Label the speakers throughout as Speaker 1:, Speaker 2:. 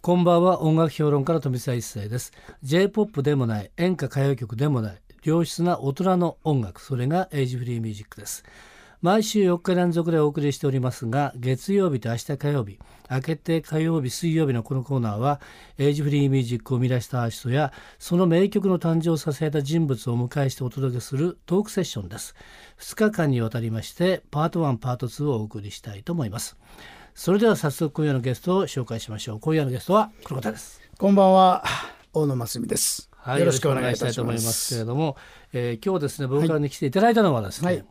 Speaker 1: こんばんは音楽評論家の富澤一世です J-POP でもない演歌歌謡曲でもない良質な大人の音楽それがエイジフリーミュージックです毎週4日連続でお送りしておりますが月曜日と明日火曜日明けて火曜日水曜日のこのコーナーはエイジフリーミュージックを生み出したアーティストやその名曲の誕生を支えた人物をお迎えしてお届けするトークセッションです2日間にわたりましてパート1パート2をお送りしたいと思いますそれでは早速今夜のゲストを紹介しましょう今夜のゲストはこの方です
Speaker 2: こんばんは、大野真澄です。
Speaker 1: はい、
Speaker 2: よ
Speaker 1: よ
Speaker 2: ろ
Speaker 1: ろ
Speaker 2: し
Speaker 1: し
Speaker 2: く
Speaker 1: く
Speaker 2: お
Speaker 1: お
Speaker 2: 願
Speaker 1: 願
Speaker 2: い
Speaker 1: い
Speaker 2: い
Speaker 1: したたい
Speaker 2: し
Speaker 1: と
Speaker 2: ま
Speaker 1: 思
Speaker 2: す。
Speaker 1: いますけれども、えー今日ですね、僕らに来ていただいたのはですね、
Speaker 2: はい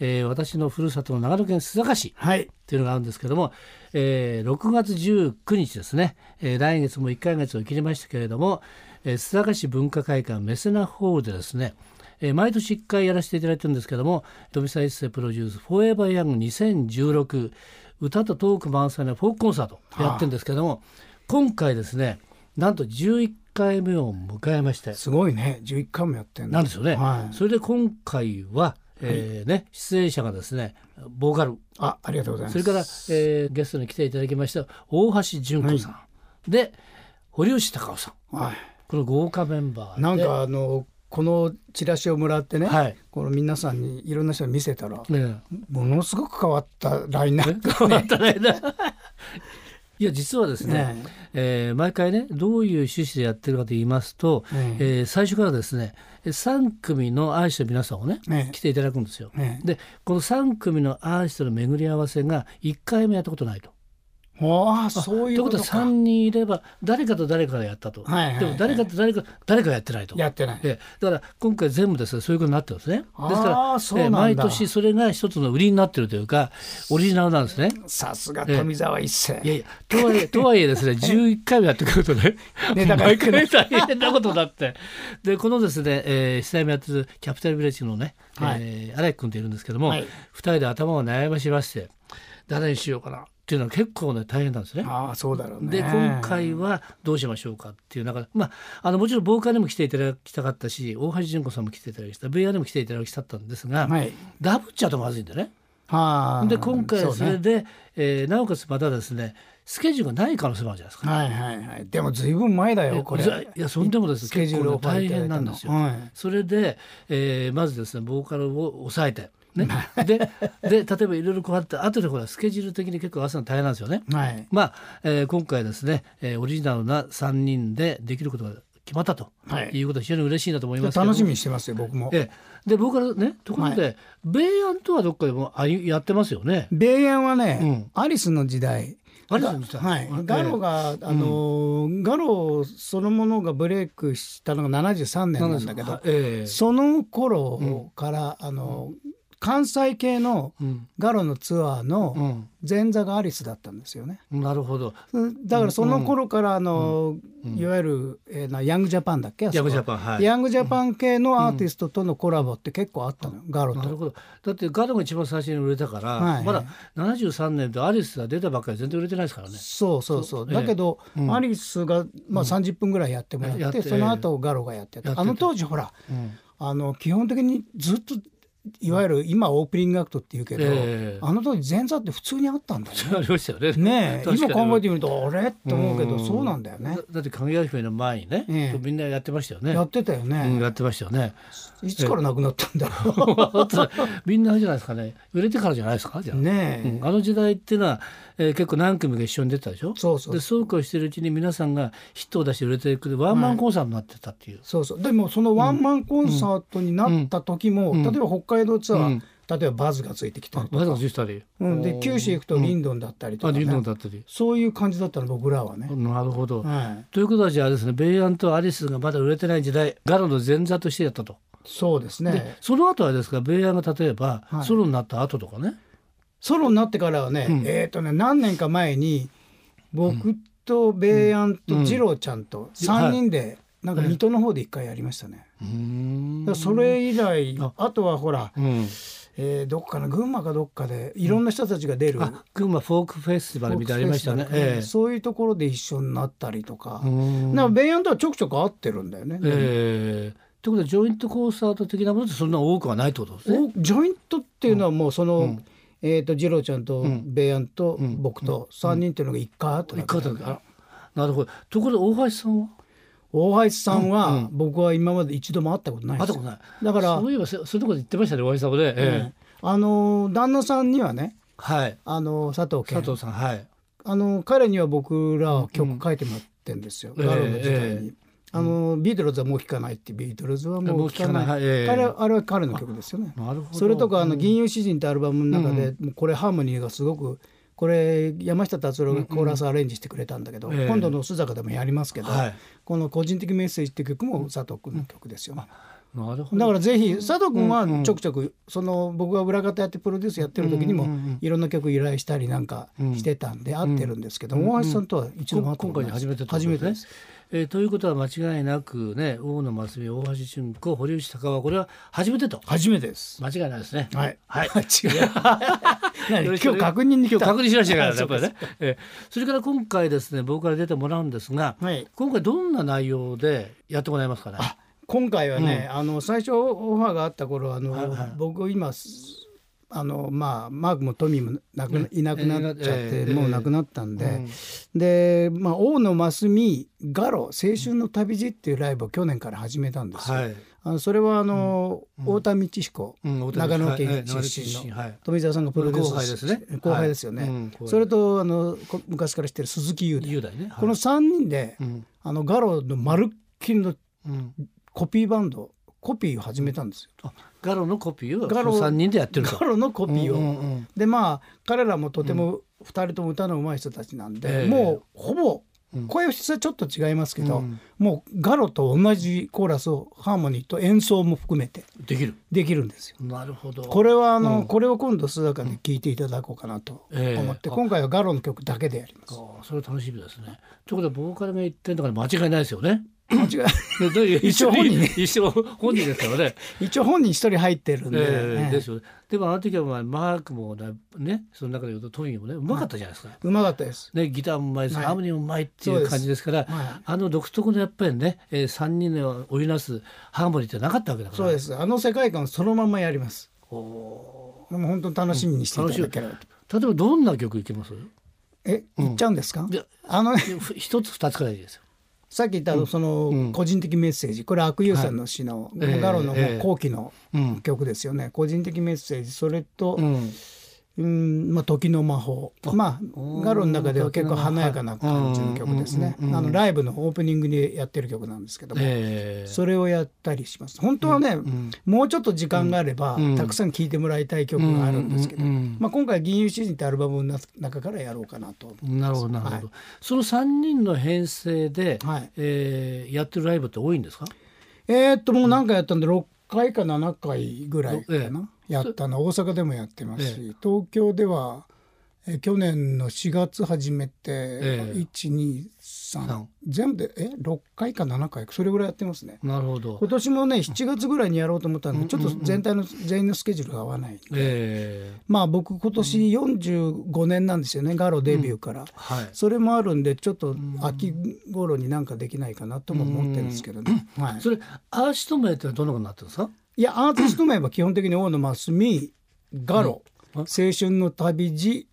Speaker 1: えー私のふるさとの長野県須坂市
Speaker 2: はい、
Speaker 1: というのがあるんですけども、えー6月19日ですね、えー来月も1ヶ月を切りましたけれども、えー須坂市文化会館メセナホールでですね、えー毎年1回やらせていただいてるんですけども富澤一世プロデュース「フォーエバーヤング2016」歌とトーク満載のフォークコンサートやってるんですけども、今回ですねなんと11回目を迎えまして
Speaker 2: すごいね、11回もやってんだ
Speaker 1: なんですよね、
Speaker 2: はい
Speaker 1: それで今回は、えーね出演者がですねボーカル
Speaker 2: あ、ありがとうございます。
Speaker 1: それから、えーゲストに来ていただきました大橋純子さん、で堀内孝雄さん
Speaker 2: は
Speaker 1: この豪華メンバー
Speaker 2: い、
Speaker 1: で
Speaker 2: なんかあの、このチラシをもらってね、
Speaker 1: はい
Speaker 2: この皆さんにいろんな人に見せたら、
Speaker 1: ね
Speaker 2: ものすごく変わったラインナップ。
Speaker 1: 変わったねいや実はですね
Speaker 2: ね
Speaker 1: えー毎回ねどういう趣旨でやってるかと言いますと、
Speaker 2: ええ
Speaker 1: えー最初からですね3組のアーティストの皆さんをね、
Speaker 2: ええ
Speaker 1: 来ていただくんですよ。
Speaker 2: ね
Speaker 1: でこの3組のアーティストの巡り合わせが1回もやったことないと。
Speaker 2: ああ、そう
Speaker 1: と
Speaker 2: い
Speaker 1: いうう
Speaker 2: こ
Speaker 1: こと
Speaker 2: と
Speaker 1: は
Speaker 2: か。
Speaker 1: 3人いれば誰かと誰かがやったと、
Speaker 2: はいはいはい
Speaker 1: でも誰かと誰か誰かやってないと。
Speaker 2: やってない。
Speaker 1: ええだから今回全部ですねそういうことになってるんですね。
Speaker 2: あー
Speaker 1: ですから
Speaker 2: そうなんだ
Speaker 1: 毎年それが一つの売りになってるというかオリジナルなんですね。
Speaker 2: さすが富澤一世。
Speaker 1: いやいやと はいえとはいえですね11回もやってくるとね
Speaker 2: ねだから
Speaker 1: 毎回大変なことになってでこのですね、えー、久山やってるキャピタルビレッジのね、
Speaker 2: はい
Speaker 1: えー荒木君っているんですけども、
Speaker 2: はい
Speaker 1: 2人で頭を悩ましまして誰にしようかなっていうのは結構ね大変なんですね。
Speaker 2: ああ、そうだろうね。
Speaker 1: で今回はどうしましょうかっていう中で、まあ、あのもちろんボーカルにも来ていただきたかったし大橋純子さんも来ていただきた VR にも来ていただきたかったんですが、
Speaker 2: はい。
Speaker 1: ダブっちゃうとまずいんだよね。
Speaker 2: はあ。
Speaker 1: で今回
Speaker 2: そう
Speaker 1: は
Speaker 2: ね
Speaker 1: それでえーなおかつまたですねスケジュールがない可能性もあるじゃないですか。
Speaker 2: はいはいはい。でもずいぶん前だよ、これ。
Speaker 1: いやそんでもです
Speaker 2: スケジュールを
Speaker 1: 結構ね大変なんですよ。
Speaker 2: はい
Speaker 1: それで、えーまずですねボーカルを抑えて、ね、でで例えばいろいろこうやって後でほらスケジュール的に結構合わせるの大変なんですよね。
Speaker 2: はい。
Speaker 1: まあ、えー今回ですね、えーオリジナルな3人でできることが決まったと、
Speaker 2: はい
Speaker 1: い、うことは非常に嬉しいなと思いますけども
Speaker 2: 楽しみにしてますよ、僕も。
Speaker 1: ええで僕からねところで、米安とはどっかでもあいやってますよね。
Speaker 2: 米安はね、
Speaker 1: うん
Speaker 2: アリスの時代。
Speaker 1: アリスの時代
Speaker 2: がはい。ガロが、あのー、ガロそのものがブレイクしたのが73年なんだけど、
Speaker 1: ええ
Speaker 2: その頃から、あのー関西系の
Speaker 1: うん
Speaker 2: ガロのツアー
Speaker 1: う
Speaker 2: の
Speaker 1: ん
Speaker 2: 前座がアリスだったんですよね。
Speaker 1: なるほど。
Speaker 2: だからその頃から、あのーいわゆる、えーなヤングジャパンだっけあそこ
Speaker 1: ヤングジャパンはい
Speaker 2: ヤングジャパン系のアーティストとのコラボって結構あったのよ、ガロ
Speaker 1: なる
Speaker 2: と。
Speaker 1: ほどだってガロが一番最初に売れたから、
Speaker 2: はい
Speaker 1: まだ73年でアリスが出たばっかりで全然売れてないですからね。
Speaker 2: そうそうそう
Speaker 1: そう
Speaker 2: だけど、
Speaker 1: ええうん
Speaker 2: アリスが、まあ、30分ぐらいやってもらって,、
Speaker 1: やって
Speaker 2: その後ガロがやってた
Speaker 1: やってた
Speaker 2: あの当時ほら
Speaker 1: うん
Speaker 2: あの基本的にずっといわゆる今オープニングアクトっていうけど、
Speaker 1: ええ
Speaker 2: あの当時前座って普通にあった んだよね。
Speaker 1: ありましたよね。
Speaker 2: ねえ
Speaker 1: 確か
Speaker 2: 今
Speaker 1: に
Speaker 2: 考えてみるとあれって思うけど、
Speaker 1: うん
Speaker 2: そうなんだよね
Speaker 1: だ。だって神谷姫の前にね、
Speaker 2: ええ
Speaker 1: みんなやってましたよね。
Speaker 2: やってたよね、
Speaker 1: うん、やってましたよね。
Speaker 2: いつからなくなったんだろう。
Speaker 1: 本当だみんなあれじゃないですかね売れてからじゃないですかじゃあ、
Speaker 2: ねえ、
Speaker 1: うんあの時代っていうのは、えー結構何組か一緒に出てたでしょ
Speaker 2: そうそう
Speaker 1: でそうこうしてるうちに皆さんがヒットを出して売れていくでワンマンコンサートになってたっていう、
Speaker 2: そうそうでもそのワンマンコンサートになった時も、
Speaker 1: ん
Speaker 2: 例えば北海道ツアー、
Speaker 1: うん
Speaker 2: 例えばバズがついてきたりとか
Speaker 1: わざわざ10人
Speaker 2: うん、で九州行くとリンドンだったりと
Speaker 1: あ
Speaker 2: か、ね
Speaker 1: リンドンだったり、
Speaker 2: そういう感じだったの僕らはね、
Speaker 1: なるほど、
Speaker 2: はい、
Speaker 1: ということはじゃあですねベイアンとアリスがまだ売れてない時代ガロの前座としてやったと、
Speaker 2: そうです
Speaker 1: で
Speaker 2: ね
Speaker 1: その後はあれですかベイアンが例えば、
Speaker 2: はい
Speaker 1: ソロになった後とかね
Speaker 2: ソロになってからはね、
Speaker 1: うん
Speaker 2: えっ、とね何年か前に僕とベイアン
Speaker 1: う
Speaker 2: と
Speaker 1: ん
Speaker 2: 二郎ちゃんと3人でなんか水戸の方で一回やりましたね、
Speaker 1: うーん
Speaker 2: だからそれ以来
Speaker 1: あ
Speaker 2: あとはほら、
Speaker 1: うん、
Speaker 2: えーどっかな群馬かどっかでいろんな人たちが出る、
Speaker 1: あ群馬フォークフェスティバルみたいなのありましたね。ええ
Speaker 2: そういうところで一緒になったりとか、
Speaker 1: うーん
Speaker 2: なんかベイアンとはちょくちょく会ってるんだよね、
Speaker 1: ええということでジョイントコンサート的なものってそんな多くはないってことですね。
Speaker 2: おジョイントっていうのはもうその、
Speaker 1: うん
Speaker 2: えっ、と次郎ちゃんと
Speaker 1: ん
Speaker 2: ベイアンと
Speaker 1: ん
Speaker 2: 僕と三人っていうのが一回あった
Speaker 1: 一
Speaker 2: だ
Speaker 1: 回
Speaker 2: けだ
Speaker 1: だけ
Speaker 2: よ
Speaker 1: あらなるほどところで大橋さんは
Speaker 2: 大橋さん
Speaker 1: うんう
Speaker 2: は
Speaker 1: ん
Speaker 2: 僕は今まで一度も会ったことない
Speaker 1: 会
Speaker 2: で
Speaker 1: っ
Speaker 2: す
Speaker 1: た
Speaker 2: よ
Speaker 1: ことない
Speaker 2: だから
Speaker 1: そういえばそそういうところで言ってましたね大橋さんもね、ええ
Speaker 2: ええあの旦那さんにはね
Speaker 1: はい
Speaker 2: あの佐藤健
Speaker 1: 佐藤さんはい
Speaker 2: あの彼には僕らは
Speaker 1: うん
Speaker 2: 曲書いてもらってんですよ、
Speaker 1: ええ
Speaker 2: ガロの時代に、
Speaker 1: え
Speaker 2: あのビートルズはもう聴かないってビートルズはも
Speaker 1: も
Speaker 2: う
Speaker 1: う
Speaker 2: 聴
Speaker 1: 聞
Speaker 2: か
Speaker 1: か
Speaker 2: ない
Speaker 1: ない、ええ
Speaker 2: 彼あれは彼の曲ですよね
Speaker 1: なるほど
Speaker 2: それとかあ
Speaker 1: う
Speaker 2: の
Speaker 1: ん
Speaker 2: 「銀融詩人」ってアルバムの中で、
Speaker 1: う
Speaker 2: もうこれハーモニーがすごくこれ山下達郎がコーラスアレンジしてくれたんだけど、
Speaker 1: うんええ
Speaker 2: 今度の「須坂」でもやりますけど、
Speaker 1: はい
Speaker 2: この「個人的メッセージ」って曲も佐藤君の曲ですよね。
Speaker 1: なるほど
Speaker 2: だからぜひ佐藤君は
Speaker 1: うんうん
Speaker 2: ちょくちょくその僕が裏方やってプロデュースやってる時に
Speaker 1: う
Speaker 2: も
Speaker 1: んうんうん
Speaker 2: いろんな曲依頼したりなんかしてたんで会ってるんですけど
Speaker 1: うんうん
Speaker 2: 大橋さんとは一度も会ったことない
Speaker 1: こ今回初めてってこと
Speaker 2: 初
Speaker 1: ですね
Speaker 2: めてです。
Speaker 1: えーということは間違いなくね大野真澄大橋純子堀内孝はこれは初めてと
Speaker 2: 初めてです。
Speaker 1: 間違いないですね。
Speaker 2: はい。
Speaker 1: はい、
Speaker 2: 違う。
Speaker 1: よ
Speaker 2: 何今
Speaker 1: ろし
Speaker 2: 日
Speaker 1: くね
Speaker 2: 確認に来
Speaker 1: 今日
Speaker 2: た。
Speaker 1: 確認しましたから、ね、
Speaker 2: あ
Speaker 1: やっ
Speaker 2: そう
Speaker 1: ぱ
Speaker 2: か
Speaker 1: りね、えーそれから今回ですね僕から出てもらうんですが、
Speaker 2: はい。
Speaker 1: 今回どんな内容でやってもらえますかね。
Speaker 2: あ今回はね、あの最初オファーがあった頃あの、
Speaker 1: はいはい
Speaker 2: 僕今すあのまあマークもトミーもなくな、いなくなっちゃって、
Speaker 1: ええ
Speaker 2: もうなくなったんで、
Speaker 1: うん
Speaker 2: で、まあ、大野真澄ガロ青春の旅路っていうライブを去年から始めたんですよ。
Speaker 1: はい、
Speaker 2: あのそれはあの、
Speaker 1: うん
Speaker 2: 太田道彦、
Speaker 1: うん大手
Speaker 2: 長野
Speaker 1: はい
Speaker 2: 県
Speaker 1: 長野
Speaker 2: 出身の
Speaker 1: はい、
Speaker 2: 富澤さんがプロデュース
Speaker 1: 後輩ですね
Speaker 2: し後輩ですよね。
Speaker 1: はいうん後輩
Speaker 2: それとあのこ昔から知ってる鈴木優
Speaker 1: 雄大ね。はい
Speaker 2: この3人で、
Speaker 1: うん
Speaker 2: あのガロのまるっきりの
Speaker 1: うん、
Speaker 2: コピーバンドコピーを始めたんですよ。
Speaker 1: ガロのコピーを
Speaker 2: ガ
Speaker 1: こ
Speaker 2: ロ
Speaker 1: の三人でやってると。
Speaker 2: ガロのコピーを、
Speaker 1: うんうんうん
Speaker 2: でまあ彼らもとても2人とも歌の上手い人たちなん
Speaker 1: え
Speaker 2: で、
Speaker 1: え
Speaker 2: もうほぼ
Speaker 1: うん
Speaker 2: 声質はちょっと違いますけど、
Speaker 1: うん
Speaker 2: もうガロと同じコーラスをハーモニーと演奏も含めて
Speaker 1: できる。
Speaker 2: できるんですよ。
Speaker 1: なるほど。
Speaker 2: これはあの、
Speaker 1: うん
Speaker 2: これを今度須坂で聴いていただこうかなと
Speaker 1: ええ
Speaker 2: 思って、
Speaker 1: あ
Speaker 2: 今回はガロの曲だけでやります。
Speaker 1: ああそれ楽しみですね。ということでボーカルが言ってるんだから間違いないですよね。
Speaker 2: 間違
Speaker 1: ねどういう
Speaker 2: 一応本人ね
Speaker 1: 一応本人ですから ね。
Speaker 2: い一応本人一人入ってるんで、
Speaker 1: ええ
Speaker 2: ええ
Speaker 1: ですよね。でもあの時はまあマークもねねその中で言うとトミーもねうまかったじゃないですか。
Speaker 2: うまかったです。
Speaker 1: ねギターもうまいです、
Speaker 2: はい
Speaker 1: ハーモニーもうまいって
Speaker 2: そ
Speaker 1: い
Speaker 2: う
Speaker 1: う
Speaker 2: です
Speaker 1: 感じですから。
Speaker 2: はい
Speaker 1: あの独特のやっぱりね、えー、3人の織りなすハーモニーってなかったわけだから
Speaker 2: そうです。あの世界観をそのままやります。
Speaker 1: お
Speaker 2: もう本当に楽しみにしていただければと。
Speaker 1: ー例えばどんな曲いけます
Speaker 2: え、
Speaker 1: うん
Speaker 2: 言っちゃうんですか？
Speaker 1: いや
Speaker 2: あのね、
Speaker 1: ふ一つ二つからいいですよ。
Speaker 2: さっき言ったあのそ
Speaker 1: うん
Speaker 2: の個人的メッセージ、これ悪友さんの詩の、
Speaker 1: いええ
Speaker 2: ガロのも
Speaker 1: ええ
Speaker 2: う後期の
Speaker 1: うん
Speaker 2: 曲ですよね。個人的メッセージ、それと、う、
Speaker 1: うんん、
Speaker 2: まあ時の魔法、ま
Speaker 1: うん
Speaker 2: あガロの中では結構華やかな感じの曲ですね。
Speaker 1: うんうんうんうん
Speaker 2: あのライブのオープニングでやってる曲なんですけども、
Speaker 1: えー
Speaker 2: それをやったりします。本当はね、
Speaker 1: ん
Speaker 2: もうちょっと時間があれば、
Speaker 1: うん
Speaker 2: たくさん聴いてもらいたい曲があるんですけど、
Speaker 1: うんうんうん
Speaker 2: まあ今回銀融詩人ってアルバムの中からやろうかなと。
Speaker 1: なるほどなるほど、
Speaker 2: はい
Speaker 1: その三人の編成で、
Speaker 2: はい。
Speaker 1: えーやってるライブって多いんですか
Speaker 2: えーっともう何回やったんで6回か7回ぐらいか
Speaker 1: え
Speaker 2: な、やったの大阪でもやってますし、
Speaker 1: え
Speaker 2: 東京では、えー去年の4月始めて、
Speaker 1: え
Speaker 2: 123
Speaker 1: 三
Speaker 2: 全部でえ6回か7回それぐらいやってますね
Speaker 1: なるほど
Speaker 2: 今、年もね7月ぐらいにやろうと思ったんで、
Speaker 1: うん
Speaker 2: ちょっと全体の全員のスケジュールが合わない、
Speaker 1: えー
Speaker 2: まあ僕今年45年なんですよねガロデビューから、
Speaker 1: はい、
Speaker 2: それもあるんでちょっと秋頃になんかできないかなとも思ってるんですけどね、はい、
Speaker 1: それアーシスト名ってどのようになってるんですか
Speaker 2: いやアーティスト名は基本的に大野真澄ガロ、
Speaker 1: うん
Speaker 2: 青春の旅路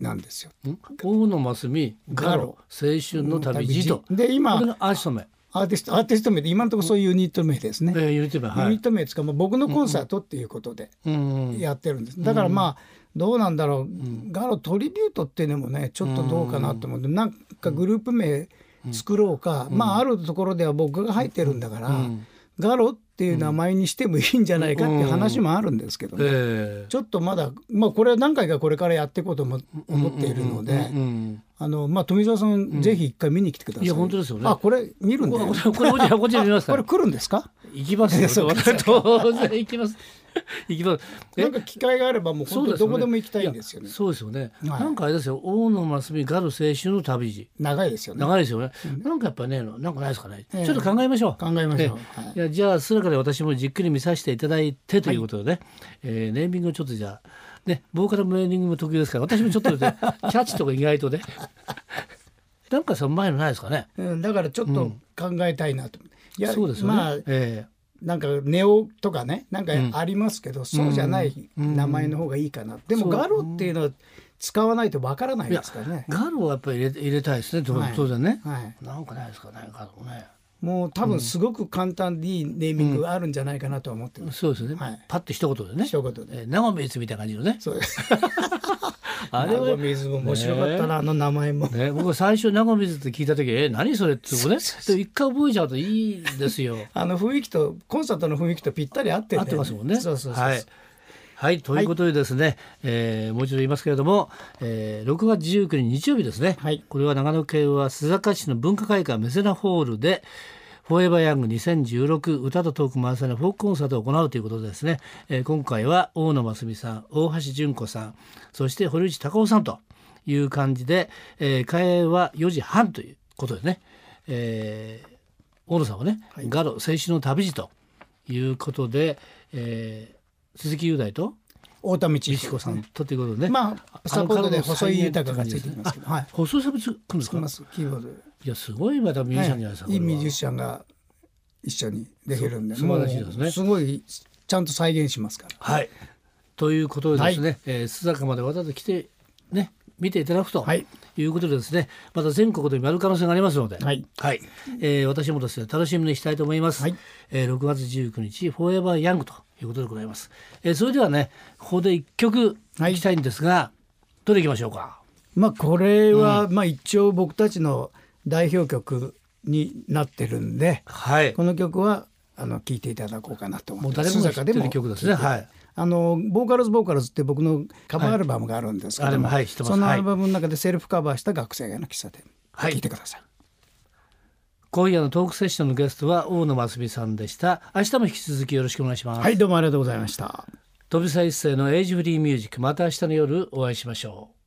Speaker 2: なんですよ。
Speaker 1: ん大野真澄ガ
Speaker 2: ガ
Speaker 1: ロ
Speaker 2: ロ
Speaker 1: 青春の旅路と
Speaker 2: で
Speaker 1: これ
Speaker 2: 今
Speaker 1: がアーシスト名、
Speaker 2: アーティストアーティスト名で今のところそういうユニット名です
Speaker 1: え
Speaker 2: ね。
Speaker 1: ー、ユニット名は
Speaker 2: ユニ
Speaker 1: い
Speaker 2: ッ、ト名つかまあ僕のコンサートっていうことで
Speaker 1: うんうん
Speaker 2: やってるんです。だからまあどうなんだろう、
Speaker 1: ん
Speaker 2: ガロトリビュートっていうのもねちょっとどうかなと思って、なんかグループ名作ろうか、まああるところでは僕が入ってるんだから、
Speaker 1: うん
Speaker 2: ガロっていう名前にしてもいいんじゃないかっていう話もあるんですけどね。
Speaker 1: えー
Speaker 2: ちょっとまだ、まあ、これは何回かこれからやっていこうとも思っている
Speaker 1: う
Speaker 2: の
Speaker 1: んう
Speaker 2: で、
Speaker 1: ん
Speaker 2: あの、まあ、富澤さん、ぜひ一回見に来てください。
Speaker 1: いや本当ですよね
Speaker 2: あ、これ見るん
Speaker 1: こ
Speaker 2: だ
Speaker 1: れ
Speaker 2: よ
Speaker 1: こ。れこれこれこれ見ますか
Speaker 2: これ
Speaker 1: ら
Speaker 2: 来るんですか？
Speaker 1: 行きますよ
Speaker 2: そうか
Speaker 1: 当然行きます行きますえ
Speaker 2: なんか機会があればもう
Speaker 1: そ
Speaker 2: 本
Speaker 1: う
Speaker 2: 当
Speaker 1: ですよね
Speaker 2: どこでも行きたいんですよね。
Speaker 1: そうですよね、
Speaker 2: はい
Speaker 1: なんかあれですよ大野真澄ガル青春の旅路
Speaker 2: 長いですよね。
Speaker 1: 長いですよね、なんかやっぱねなんかないですかね、
Speaker 2: ええ
Speaker 1: ちょっと考えましょう
Speaker 2: 考えましょう
Speaker 1: え。え
Speaker 2: はい
Speaker 1: いやじゃあすらかで私もじっくり見させていただいてということでね、えーネーミングをちょっとじゃあねボーカルもネーミングも得意ですから私もちょっ とねキャッチとか意外とねなんかさうまいのないですかね
Speaker 2: うん、だからちょっと考えたいなと。いや、
Speaker 1: そうですよね、
Speaker 2: まあ
Speaker 1: え
Speaker 2: なんかネオとかねなんかありますけど、そうじゃない名前の方がいいかな、でも
Speaker 1: そう
Speaker 2: ガロっていうのは使わないとわからないですからね。
Speaker 1: ガロをやっぱり入れ入れたいですね。当
Speaker 2: はい
Speaker 1: 当然ね。
Speaker 2: はい、
Speaker 1: なんかないですかね、ガロね。
Speaker 2: もう多分すごく簡単でいいネーミングがあるんじゃないかなとは思ってます。
Speaker 1: そうですよね。
Speaker 2: はい
Speaker 1: パッと一言でね。
Speaker 2: 一言で。
Speaker 1: えー、長光みたいな感じのね。
Speaker 2: そうです。
Speaker 1: あれは
Speaker 2: 名古屋水も面白かったな、あの名前も。
Speaker 1: ね、僕は最初長水って聞いた時「え何それ?」ってことねで一回覚えちゃうといいですよ。
Speaker 2: あの雰囲気とコンサートの雰囲気とぴったり合ってんだよ
Speaker 1: 合ってますもんね。
Speaker 2: そうそうそうそう。
Speaker 1: はいはい、ということでですね、えーもう一度言いますけれども、えー6月19日日曜日ですね、
Speaker 2: はい
Speaker 1: これは長野県は須坂市の文化会館メセナホールで、フォーエバーヤング2016歌とトーク満載のフォークコンサートを行うということでですね、えー今回は大野真澄さん、大橋純子さん、そして堀内孝雄さんという感じで、えー開演は4時半ということですね。えー大野さんはね、ガロ青春の旅路ということで、えー鈴木雄大と
Speaker 2: 大田道
Speaker 1: 美智子さんとということでね、
Speaker 2: まあサポートで細井豊がついてきますけど、はい。
Speaker 1: 細いサブつくんです
Speaker 2: つき
Speaker 1: か
Speaker 2: ますキーボードで。
Speaker 1: いやすごいまたミュージシャンじゃないですか、
Speaker 2: はい、いい
Speaker 1: これは
Speaker 2: ミュージシャンが一緒にできるんで、
Speaker 1: そう素晴らしいですね
Speaker 2: もうすごいちゃんと再現しますから。
Speaker 1: はいということでですね、えー須坂までわざわざ来てね見ていただくと、
Speaker 2: はい
Speaker 1: い、うことでですねまた全国でもやる可能性がありますので、
Speaker 2: はい
Speaker 1: えー私もですね楽しみにしたいと思います、
Speaker 2: はい
Speaker 1: えー6月19日「フォーエバーヤング」ということでございます、えーそれではねここで一曲
Speaker 2: はい
Speaker 1: いきたいんですが、どれいきましょうか
Speaker 2: まあこれは、まあ一応僕たちの代表曲になってるんで、
Speaker 1: はい
Speaker 2: この曲はあの聴いていただこうかなと
Speaker 1: も
Speaker 2: 思
Speaker 1: う
Speaker 2: って
Speaker 1: 誰もが知
Speaker 2: 須坂
Speaker 1: って
Speaker 2: で
Speaker 1: る曲ですねはい
Speaker 2: あのボーカルズボーカルズって僕のカバーアルバムがあるんですけ
Speaker 1: あれ
Speaker 2: ど
Speaker 1: も
Speaker 2: も、
Speaker 1: はい知ってます
Speaker 2: その
Speaker 1: はい
Speaker 2: アルバムの中でセルフカバーした学生街の喫茶店、
Speaker 1: はい
Speaker 2: 聞いてください。
Speaker 1: 今夜のトークセッションのゲストは大野真澄さんでした明日も引き続きよろしくお願いします、
Speaker 2: はいどうもありがとうございました。
Speaker 1: 飛び一世のエイジフリーミュージックまた明日の夜お会いしましょう